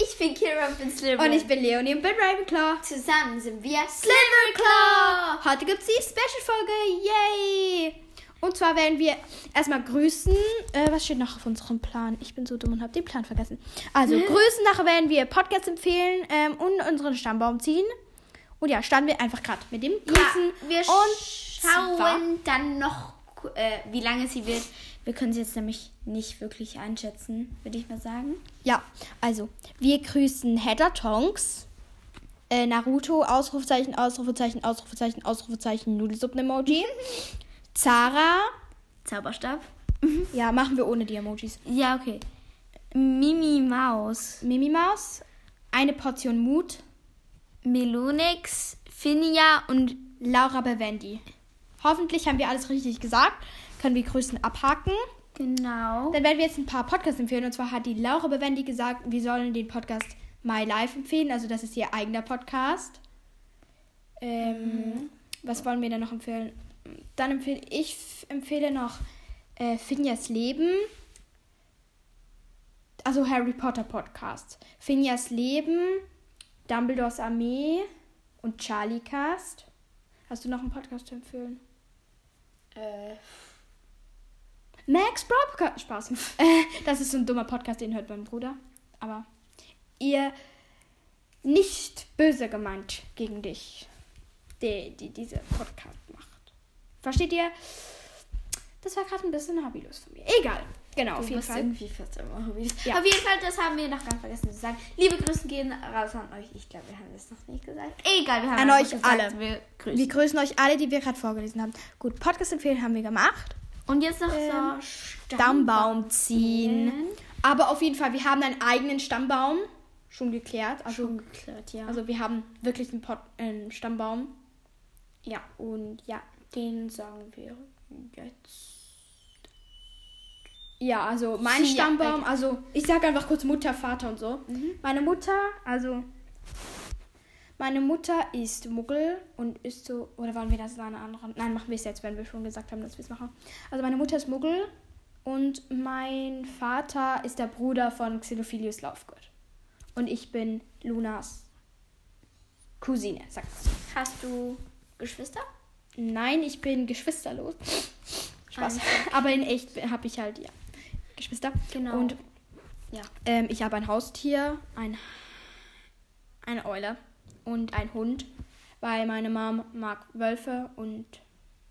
Ich bin Kira und bin Slytherin. Und ich bin Leonie und bin Ravenclaw. Zusammen sind wir Slytherin. Heute gibt es die Special-Folge. Yay! Und zwar werden wir erstmal grüßen. Äh, was steht noch auf unserem Plan? Ich bin so dumm und habe den Plan vergessen. Also grüßen, nachher werden wir Podcasts empfehlen ähm, und unseren Stammbaum ziehen. Und ja, starten wir einfach gerade mit dem Grüßen. Ja, wir und zwar- schauen dann noch, äh, wie lange sie wird. Wir können sie jetzt nämlich nicht wirklich einschätzen, würde ich mal sagen. Ja, also wir grüßen Heather Tonks, äh, Naruto, Ausrufezeichen, Ausrufezeichen, Ausrufezeichen, Ausrufezeichen, Nudelsuppen-Emoji. Zara, Zauberstab? ja, machen wir ohne die Emojis. Ja, okay. Mimi Maus. Mimi Maus, eine Portion Mut, Melonix, Finja und Laura Bevendi. Hoffentlich haben wir alles richtig gesagt. Können wir Grüßen abhaken. genau. Dann werden wir jetzt ein paar Podcasts empfehlen. Und zwar hat die Laura Bevendi gesagt, wir sollen den Podcast My Life empfehlen. Also das ist ihr eigener Podcast. Ähm, Was wollen wir denn noch empfehlen? Dann empfehle ich f- empfehle noch äh, Finjas Leben. Also Harry Potter Podcast. Finjas Leben, Dumbledores Armee und Charlie Cast. Hast du noch einen Podcast zu empfehlen? Äh, Max Bro Podcast. Spaß. Äh, das ist so ein dummer Podcast, den hört mein Bruder. Aber ihr nicht böse gemeint gegen dich, die, die diese Podcast macht. Versteht ihr? Das war gerade ein bisschen hobbylos von mir. Egal. Genau, auf jeden Fall. irgendwie fast immer Hobbys. Ja. Auf jeden Fall, das haben wir noch ganz vergessen zu sagen. Liebe Grüße gehen raus an euch. Ich glaube, wir haben das noch nicht gesagt. Egal, wir haben An es euch gesagt. alle. Wir grüßen. Wir grüßen euch alle, die wir gerade vorgelesen haben. Gut, Podcast empfehlen haben wir gemacht. Und jetzt noch so Ähm, Stammbaum ziehen. Aber auf jeden Fall, wir haben einen eigenen Stammbaum schon geklärt. Also Schon geklärt, ja. Also wir haben wirklich einen, Pod, einen Stammbaum. Ja, und ja. den sagen wir jetzt. Ja, also mein Sie- Stammbaum, also ich sage einfach kurz Mutter, Vater und so. Mhm. Meine Mutter, also meine Mutter ist Muggel und ist so, oder wollen wir das in einer anderen? Nein, machen wir es jetzt, wenn wir schon gesagt haben, dass wir es machen. Also meine Mutter ist Muggel und mein Vater ist der Bruder von Xenophilius Laufgott. Und ich bin Lunas Cousine, sagt man so. Hast du Geschwister? Nein, ich bin geschwisterlos. Spaß. Aber in echt habe ich halt, ja, Geschwister. Genau. Und Ja. ähm, ich habe ein Haustier, ein, eine Eule und einen Hund, weil meine Mom mag Wölfe und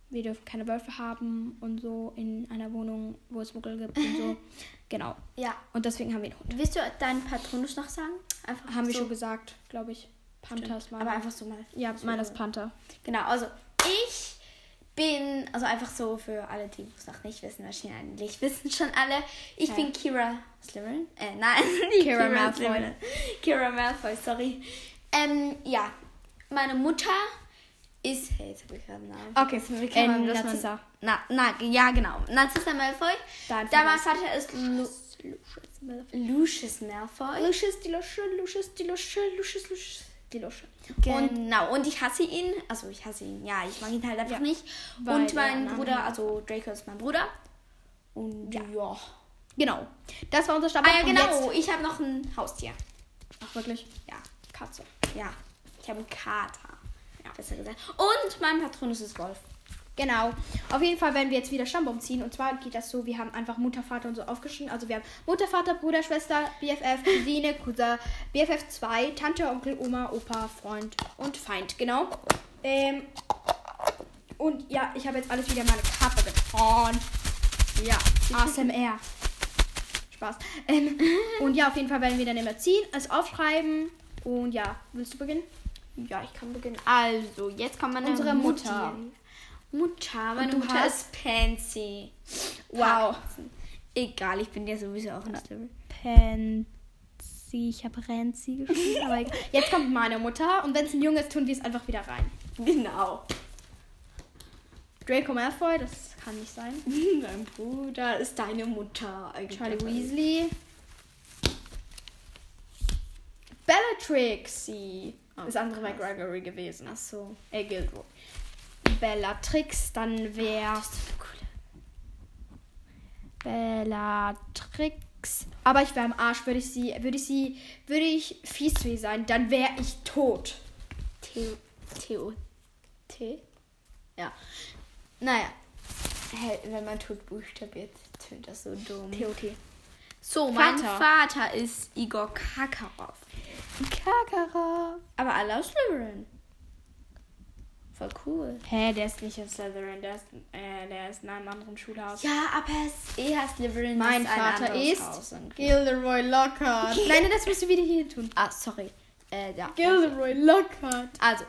wir dürfen keine Wölfe haben und so in einer Wohnung, wo es Muggel gibt und so. genau. Ja. Und deswegen haben wir einen Hund. Willst du deinen Patronus noch sagen? Einfach Haben wir so. schon gesagt, glaube ich. Panther ist Aber meine. einfach so mal. Ja, so. meines Panther. Genau, also ich bin, also einfach so für alle, die es noch nicht wissen, wahrscheinlich wissen schon alle, ich Ja. bin Kira Slytherin. Äh, nein, nicht Kira Malfoy. Slytherin. Kira Malfoy, sorry. Ähm, ja, meine Mutter ist, hey, jetzt habe ich gerade einen Namen. Okay, Wie äh, kann man das Narzissa. man- Na, na, ja, genau. Narcissa Malfoy. Dein Dann mein Vater ist Lu Lucius Malfoy. Lucius, die Lusche, Lucius, die Lusche, Lucius, Lucius, die Lusche. Und, Und genau, und ich hasse ihn. Also ich hasse ihn. Ja, ich mag ihn halt einfach Ja. nicht. Weil und er mein einen Bruder, anderen also Draco ist mein Bruder. Und ja. genau, das war unser Stab. Ah ja, genau. Ich habe noch ein Haustier. Ach, wirklich? Ja, Katze. ja. Ich habe einen Kater. Ja, besser gesagt. Und mein Patronus ist Wolf. Genau. Auf jeden Fall werden wir jetzt wieder Stammbaum ziehen. Und zwar geht das so, wir haben einfach Mutter, Vater und so aufgeschrieben. Also wir haben Mutter, Vater, Bruder, Schwester, BFF, Cousine, Cousin, BFF 2, Tante, Onkel, Oma, Opa, Freund und Feind. Genau. Ähm, und ja, ich habe jetzt alles wieder in meine Kappe getan. Ja, ASMR. Spaß. Ähm, und ja, auf jeden Fall werden wir dann immer ziehen, es aufschreiben. Und ja, willst du beginnen? Ja, ich kann beginnen. Also, jetzt kommt meine Unsere Mutter. Mutti. Mutter, meine du Mutter hast- ist Pansy. Wow. Egal, ich bin ja sowieso auch nicht Level. Pansy. Ich habe Renzi geschrieben. aber egal. Jetzt kommt meine Mutter und wenn es ein Junge ist, tun wir es einfach wieder rein. Genau. Draco Malfoy, das kann nicht sein. Mein Bruder ist deine Mutter. Eigentlich. Charlie Weasley. Bellatrix. Sie Oh, ist andere krass. McGregory gewesen. Ach so. Äh, Gilderoy. Bellatrix, dann wäre Das ist so cool. Bellatrix. nix. Aber ich wäre am Arsch, würde ich sie, würde ich sie, würde ich fies zu ihr sein, dann wäre ich tot. Theo. Theo. T? Ja. Naja. Hey, wenn man tot buchstabiert, tönt das so dumm. TOT. So, mein mein Vater ist Igor Kakarov. Kakara. Aber alle aus Slytherin. Voll cool. Hä, der ist nicht in Slytherin, der ist, äh, der ist in einem anderen Schulhaus. Ja, aber er Eh, ist eher Slytherin. mein das ein Vater anderes ist Haus und- Gilderoy Lockhart. Nein, nein, das musst du wieder hier tun. Ah, sorry. Äh, ja. Gilderoy Lockhart. Also,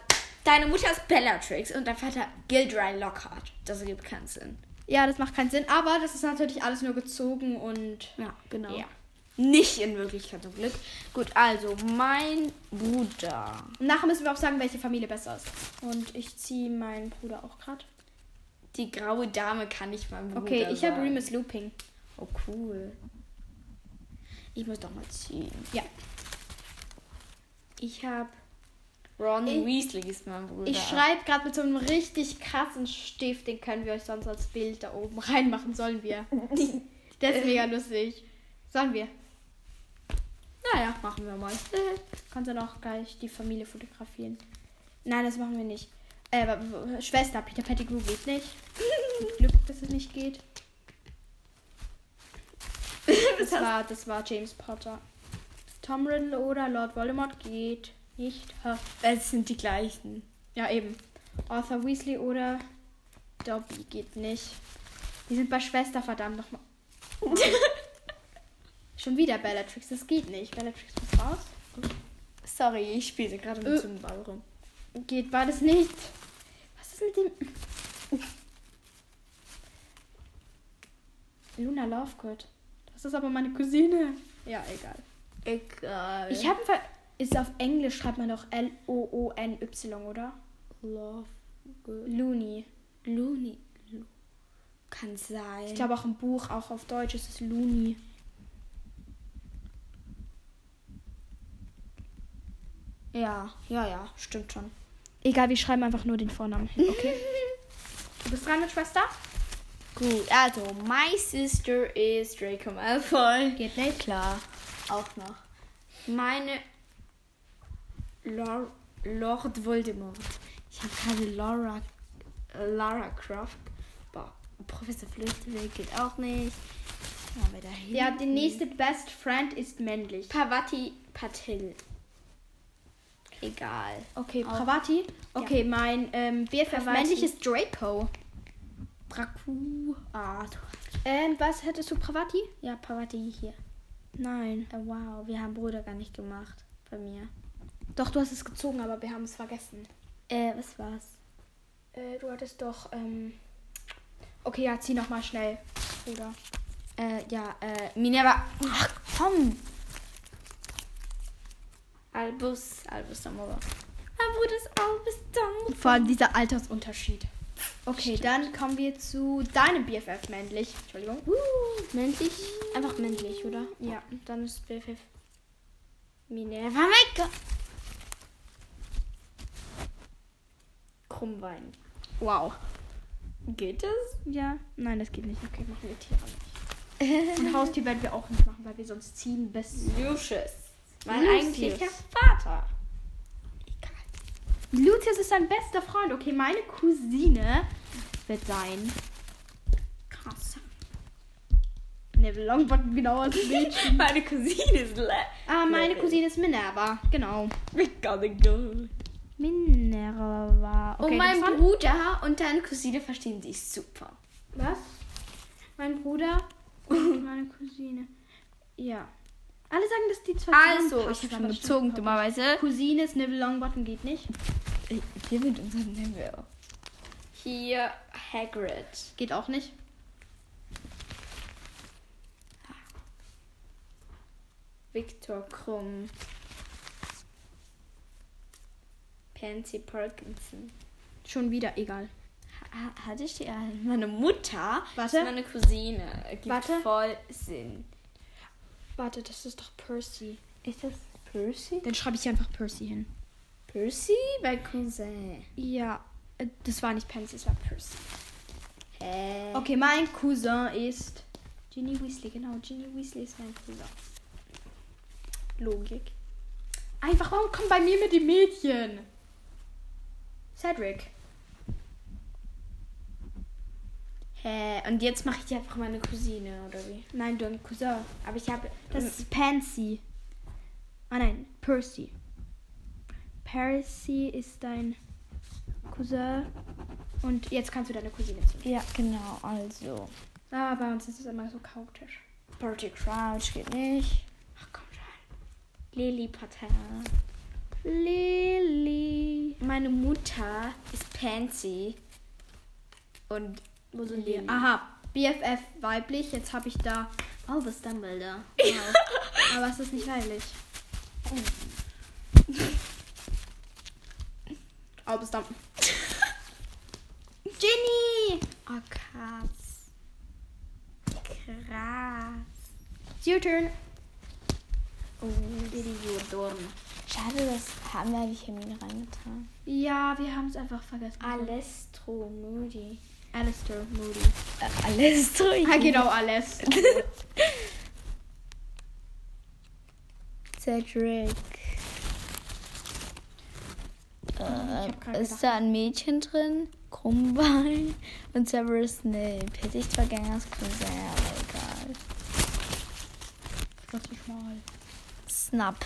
deine Mutter ist Bellatrix und dein Vater Gilderoy Lockhart. Das ergibt keinen Sinn. Ja, das macht keinen Sinn, aber das ist natürlich alles nur gezogen und. Ja, genau. Ja. Nicht in Wirklichkeit zum Glück. Gut, also, mein Bruder. Nachher müssen wir auch sagen, welche Familie besser ist. Und ich ziehe meinen Bruder auch gerade. Die graue Dame kann ich meinem Bruder Okay, ich habe sagen. Remus Looping. Oh, cool. Ich muss doch mal ziehen. Ja. Ich habe Ron Ich- Weasley ist mein Bruder. Ich schreibe gerade mit so einem richtig krassen Stift, den können wir euch sonst als Bild da oben reinmachen, sollen wir. Der ist mega lustig. Sollen wir. Naja, machen wir mal. Kannst du Äh, noch gleich die Familie fotografieren? Nein, das machen wir nicht. Äh, w- w- Schwester, Peter Pettigrew geht nicht. Glück, dass es nicht geht. Das war, das war James Potter. Tom Riddle oder Lord Voldemort geht nicht. Ha. Es sind die gleichen. Ja, eben. Arthur Weasley oder Dobby geht nicht. Die sind bei Schwester, verdammt nochmal. Schon wieder Bellatrix, das geht nicht. Bellatrix muss raus. Sorry, ich spiele gerade mit Äh. so einem Ball rum. Geht beides nicht. Was ist mit dem. Luna Lovegood. Das ist aber meine Cousine. Ja, egal. Egal. Ich habe Fall. Ist auf Englisch schreibt man doch L-O-O-N-Y, oder? Love. Looney. Looney. Lo- Kann sein. Ich glaube auch im Buch, auch auf Deutsch ist es Looney. Ja, ja, ja, stimmt schon. Egal, wir schreiben einfach nur den Vornamen hin, okay? du bist dran mit Schwester? Gut, also, my sister is Draco Malfoy. Geht nicht. Klar, auch noch. Meine Lor Lord Voldemort. Ich habe gerade Laura, äh, Lara Croft. Boah, Professor Flitwick geht auch nicht. Mal wieder hin. Ja, die nächste Best Friend ist männlich. Pavati Patil. Egal. Okay, Auch. Pravati. Okay, mein ähm, BFF Pravati. männlich ist Draco. Dracula. Ähm, was hättest du Pravati? Ja, Pavati hier. Nein. Äh, wow, wir haben Bruder gar nicht gemacht bei mir. Doch, du hast es gezogen, aber wir haben es vergessen. Äh, was war's? Äh, du hattest doch, ähm... Okay, ja, zieh nochmal schnell, Bruder. Äh, ja, äh, Minerva. Ach, komm. Albus, Albus Dumbledore. Albus, Albus Dumbledore. Vor allem dieser Altersunterschied. Okay, dann kommen wir zu deinem BFF männlich. Entschuldigung. Männlich? Einfach männlich, oder? Ja, dann ist BFF. Minerva Mecca. Krummwein. Wow. Geht das? Ja. Nein, das geht nicht. Okay, machen wir Tiere nicht. Und Haustier werden wir auch nicht machen, weil wir sonst ziehen bis. Lucius. Mein Lucius. eigentlicher Vater. Egal. Lucius ist sein bester Freund. Okay, meine Cousine wird sein. Krass. Neville Longbottom, genau. als Mädchen. Meine Cousine ist le. ah, meine Neville. Cousine ist Minerva. Genau. We gotta go. Minerva. und mein das war- Bruder und deine Cousine verstehen sich super. Was? Mein Bruder und meine Cousine. Ja. Alle sagen, dass die zwei Also, zusammenpassen, ich habe aber schon gezogen, das stimmt überhaupt dummerweise. nicht. Cousine ist Neville Longbottom geht nicht. Hier mit unserem Neville. Hier Hagrid. Geht auch nicht. Victor Krumm. Pansy Parkinson. Schon wieder, egal. Ha- ha- Hatte ich die alle? Meine Mutter Warte. ist meine Cousine. äh, Gibt Warte. voll Sinn. Warte, das ist doch Percy. Ist das Percy? Dann schreibe ich hier einfach Percy hin. Percy? Mein Cousin. Ja, äh, das war nicht Pansy, das war Percy. Hä? Okay, mein Cousin ist Ginny Weasley, genau. Ginny Weasley ist mein Cousin. Logik. Einfach, warum kommen bei mir mit den Mädchen? Cedric. Hä? Und jetzt mache ich dir einfach meine Cousine, oder wie? Nein, du ein Cousin. Aber ich habe. Das ist Pansy. Ah nein, Percy. Percy ist dein Cousin. Und jetzt kannst du deine Cousine ziehen. Ja, genau, also. Ah, bei uns ist es immer so chaotisch. Party Crouch geht nicht. Ach komm schon. Lily Potter. Lily. Meine Mutter ist Pansy. Und. Wo sind Ah, die? Aha, BFF weiblich. Jetzt habe ich da. Albus oh, Dumbledore. Aber es ist nicht weiblich. Oh, bis dann. Ginny! Oh, krass. Krass. It's your turn. Oh, Idioten. Schade, das haben wir die Hermine reingetan. Ja, wir haben es einfach vergessen. Alestro Moody. Alistair Moody. Äh, Alestro. Ah, genau, alles. Cedric. hab grad Äh, ist da ein Mädchen drin? Krummbein und Severus Snape. Hätte ich zwar gerne als Cousin, oh aber egal. Äh, Kurz und schmal. Snap.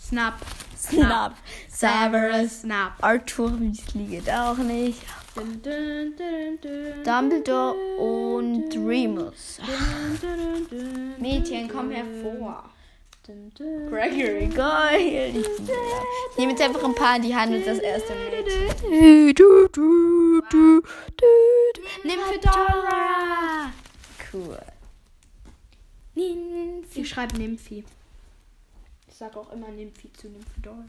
Snap. Snap. Severus. Snap. Arthur Weasley geht auch nicht. Dun, dun, dun, dun, Dumbledore dun, und dun, Remus. dun, dun, dun, dun, Mädchen, komm dun, hervor. dun, dun, Gregory dun, Goyle. Ich nehme jetzt einfach ein paar in die Hand Also und das erste mit. Nimm Fedora. Cool. Ninfi. Ich schreibe Nymphi. Ich sage auch immer Nymphi zu Nymphidol.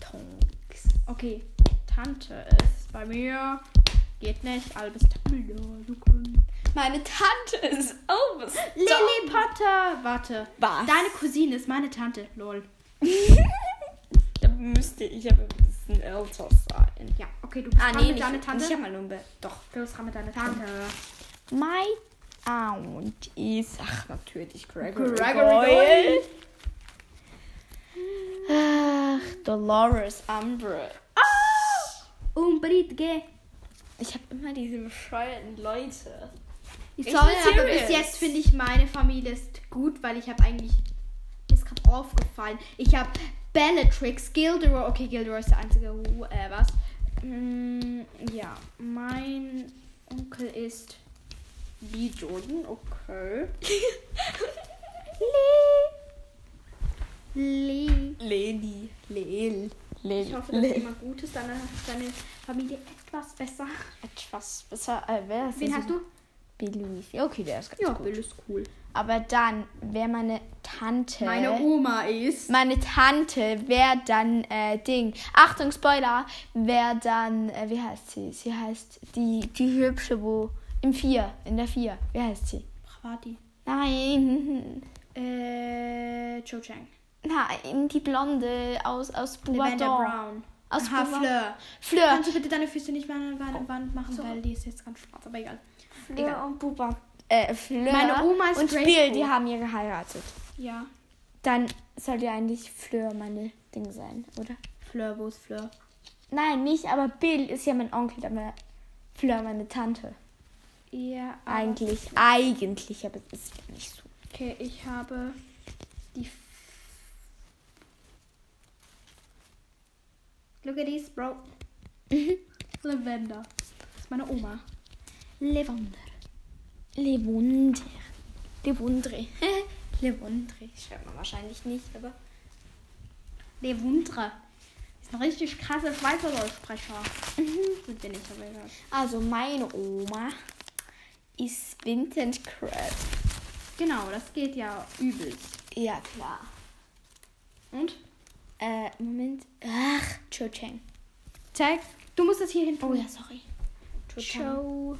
Tonks. Okay, Tante ist bei mir. Geht nicht, Albus Dumbledore. du kannst. Meine Tante ist Albus. Lily Potter! Warte. Was? Deine Cousine ist meine Tante. Lol. da müsste ich aber ein bisschen älter sein. Ja, okay, du bist Ah, dran nee, mit nicht, deiner Tante. nicht einmal nur be- Doch. du bist dran mit deiner Tante. My Aunt ist. Ach, natürlich Gregory. Gregory Goyle. Ach, Dolores Umbridge. Umbridge. Ich habe immer diese bescheuerten Leute. Ich Echt soll, jetzt aber serious? bis jetzt finde ich meine Familie ist gut, weil ich habe eigentlich. Mir ist gerade aufgefallen. Ich habe Bellatrix, Gilderoy. Okay, Gilderoy ist der einzige. Hu- Äh, was? Mm, ja, mein Onkel ist. Wie Jordan, okay. Lee. Lady. Lel. Lel. Ich hoffe, dass jemand Gutes dann ist deine Familie etwas besser. Etwas besser. Äh, wer ist Wen hast du? Belusi. Okay, der ist ganz Ja, gut. Bill ist cool. Aber dann, wer meine Tante. Meine Oma ist. meine Tante wäre dann äh, Ding. Achtung, Spoiler, wäre dann, äh, wie heißt sie? Sie heißt die, die hübsche, wo. Im Vier, in der Vier. Wie heißt sie? Bravati. Nein. Äh, Cho Chang. Nein, die Blonde aus, aus Lavender Bouvardon. Brown. Aus Aha, Bouvardon. Fleur. Fleur. Kannst du bitte deine Füße nicht mehr an der Wand, Wand machen, So. weil die ist jetzt ganz schwarz, aber egal. Fleur und Bouvardon. Äh, Fleur. Meine Oma ist und Grace Bill, Fu. die haben ja geheiratet. Ja. Dann sollte eigentlich Fleur meine Ding sein, oder? Fleur, wo ist Fleur? Nein, nicht, aber Bill ist ja mein Onkel, aber Fleur meine Tante. Ja, aber- Eigentlich, eigentlich, aber es ist nicht so. Okay, ich habe die. F Look at these, bro. Mhm. Lavender. Das ist meine Oma. Lavender. Le Wundre. Le Wundre. Le Wundre. Schreibt man wahrscheinlich nicht, aber. Lavundre. Ist ein richtig krasser Schweizerdeutschsprecher. Sind wir nicht, aber egal. Mhm. Also, meine Oma ist Vintage Crab. Genau, das geht ja übelst. Ja, klar. Und? Äh, Moment. Ach, Cho Chang. Zeig. Du musst das hier hin. tun. Oh ja, sorry. Cho Chang. Show.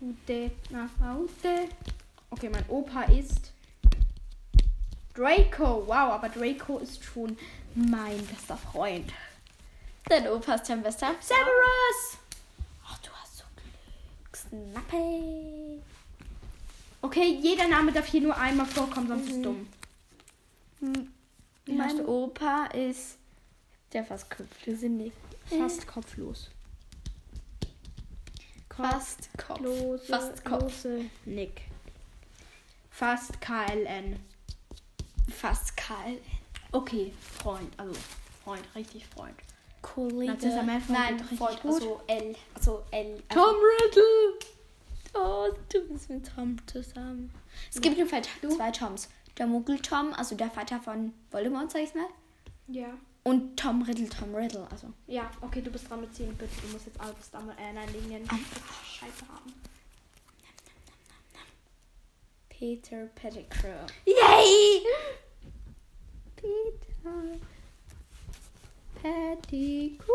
Ute, na, na, Ute. Okay, mein Opa ist Draco. Wow, aber Draco ist schon mein bester Freund. Dein Opa ist dein bester. Severus! Ach, du hast so Glück. Snappe. Okay, jeder Name darf hier nur einmal vorkommen, sonst ist es dumm. Mhm. Mein Opa ist der fast kopflose Nick. Fast kopflos. Fast kopflose. Fast kopf. kopflose Nick. Fast KLN. Fast Karl. Okay, Freund, also Freund, richtig Freund. Kollege. Narcissa Malfoy Nein, geht richtig Freund. gut. Also L. Also L. Tom Riddle! Oh, du bist mit Tom zusammen. Es gibt im Fall zwei Toms. Der Muggel Tom, also der Vater von Voldemort, sag ich mal. Ja. Und Tom Riddle, Tom Riddle, also. Ja, okay, du bist dran mit 10 Bits. Du musst jetzt alles damit. Äh, nein, wegen den Scheiße haben. Peter Pettigrew. Yay! Peter Pettigrew.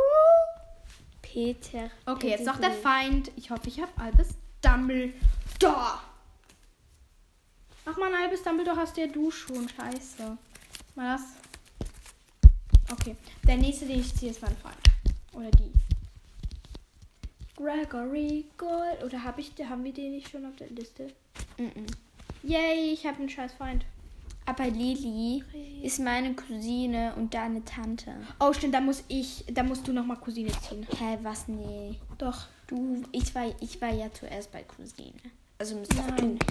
Peter. Okay, jetzt noch der Pettigrew. Feind. Ich hoffe, ich habe Albus Dumbledore. Ach man, Albus Dumbledore hast ja du schon. Scheiße. Mal das. Okay, der nächste, den ich ziehe, ist mein Feind. Oder die. Gregory Gold. Oder hab ich, haben wir den nicht schon auf der Liste? Mhm. Yay, ich habe einen scheiß Feind. Aber Lily ist meine Cousine und deine Tante. Oh, stimmt, da muss ich, da musst du nochmal Cousine ziehen. Hä, was? Nee. Doch, Du, ich war, ich war ja zuerst bei Cousine. Also müsstest Nein. du.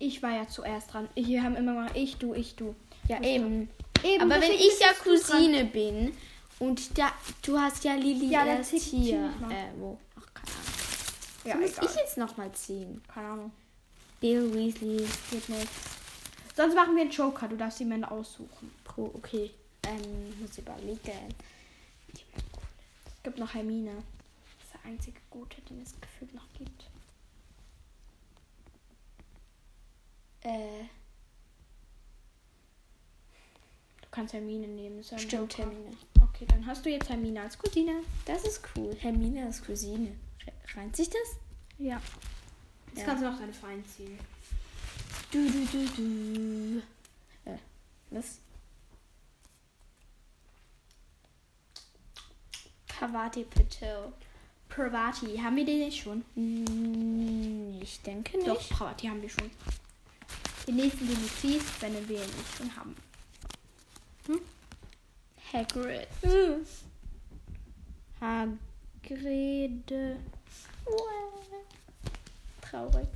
ich war ja zuerst dran. Hier haben immer mal ich, du, ich, du. Ja, eben. Eben, Aber wenn deswegen ich ja bist du dran. Cousine bin und da, du hast ja Lili Ja, dann erst zieh- zieh hier. mich mal. Äh, wo? Ach, keine Ahnung. Ja, so muss egal. ich jetzt nochmal ziehen. Keine Ahnung. Bill Weasley geht nicht. Sonst machen wir einen Joker. Du darfst die Männer aussuchen. Cool, okay. Ähm, muss überlegen. Es gibt noch Hermine. Das ist der einzige Gute, den es gefühlt noch gibt. Äh, Du kannst Hermine nehmen. Ist ja ein stimmt, Joker. Hermine. Okay, dann hast du jetzt Hermine als Cousine. Das ist cool. Hermine ist Cousine. Re- Reimt sich das? Ja. Jetzt Ja. kannst du noch deinen Feind ziehen. Du, du, du, du. Äh, was? Kavati Patel. Pravati. Haben wir den nicht schon? Mm, Ich denke nicht. Doch, Pravati haben wir schon. Den nächsten, den du ziehst, wenn wir ihn nicht schon haben. Hm? Hagrid. Hagrede. Traurig.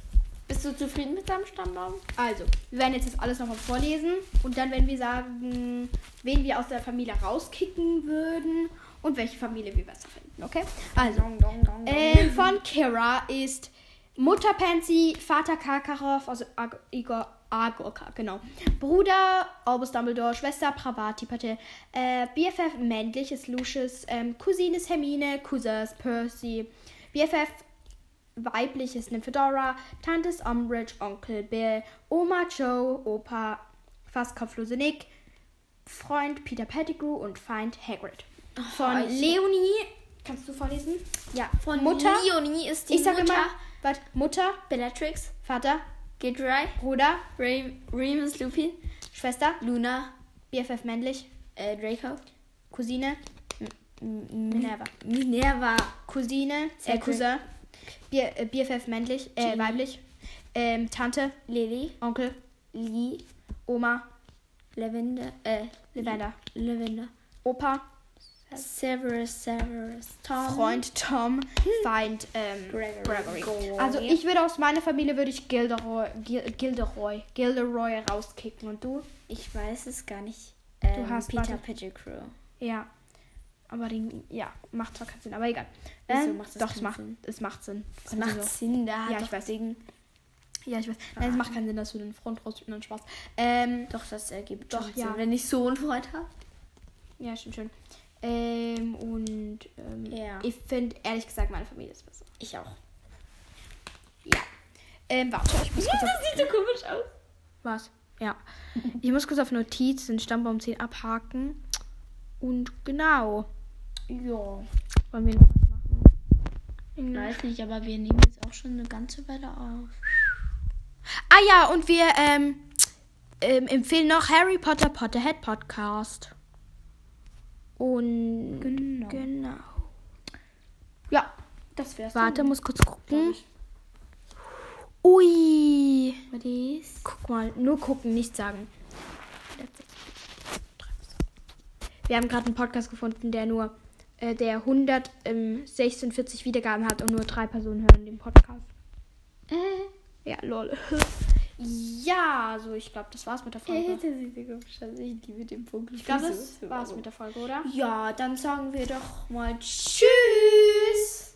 Bist du zufrieden mit deinem Stammbaum? Also, wir werden jetzt das alles nochmal vorlesen und dann werden wir sagen, wen wir aus der Familie rauskicken würden und welche Familie wir besser finden, okay? Also, Dong, dong, dong, dong. ähm, von Kira ist Mutter Pansy, Vater Karkaroff, also Ag Igor Agorka, genau. Bruder Albus Dumbledore, Schwester Pravati Patel, äh, BFF männlich ist Lucius, ähm, Cousine ist Hermine, Cousin ist Percy, BFF weiblich ist Nymphedora, Tante ist Umbridge, Onkel Bill, Oma Joe, Opa fast kopflose Nick, Freund Peter Pettigrew und Feind Hagrid. Von ich- Leonie, kannst du vorlesen? Ja, also von Mutter. Leonie ist die ich sage Mutter. immer, warte, Mutter, Bellatrix, Vater, Gilderoy, Bruder, Ram- Remus Lupin, Schwester, Luna, BFF männlich, äh, Draco, Mhm. Cousine, Minerva. Minerva. Cousine, äh, Cedric. Cousin, B äh, BFF männlich, äh, Ginny. weiblich, ähm, Tante, Lily, Onkel, Lee, Oma, Lavender, äh, Lavender, Lavender. Opa, Severus, Severus, Tom. Freund Tom, Feind ähm, Gregory. Gregory. Gregory. Also ich würde aus meiner Familie würde ich Gilderoy, Gil- Gilderoy, Gilderoy rauskicken und du? Ich weiß es gar nicht. Ähm, hast- Peter warte. Pettigrew. Ja. Aber den, ja, macht zwar keinen Sinn, aber egal. Wieso Ähm, macht das doch, keinen es macht, Sinn? es macht Sinn. Das macht Also, Sinn, da hat Ja, ich doch Ah. weiß. Ding. Ja, ich weiß. Nein, es macht keinen Sinn, dass du den Front raus und Spaß. Ähm, Doch, das ergibt Doch, schon ja. Sinn, wenn ich so einen Freund habe. ja, stimmt schon. Ähm, und ähm, Ja. ich finde ehrlich gesagt, meine Familie ist besser. Ich auch. Ja. Ähm, warte, ich muss kurz auf sieht so komisch aus. Was? Ja. Ich muss kurz auf Notizen Stammbaum 10 abhaken. Und genau. Ja. Wollen wir noch was machen? Irgendein- Weiß nicht, aber wir nehmen jetzt auch schon eine ganze Weile auf. Ah ja, und wir ähm, ähm, empfehlen noch Harry Potter Potterhead Podcast. Und Genau. genau. Ja, Das wär's. warte, muss kurz Glaub gucken. ich. Ui. Buddies. Guck mal, nur gucken, nichts sagen. Wir haben gerade einen Podcast gefunden, der nur äh, der 146 Wiedergaben hat und nur drei Personen hören den Podcast. Ja, lol. Ja, so ich glaube, das war's mit der Folge. Ich liebe den Punkt. Ich glaube, das war's mit der Folge, oder? Ja, dann sagen wir doch mal Tschüss.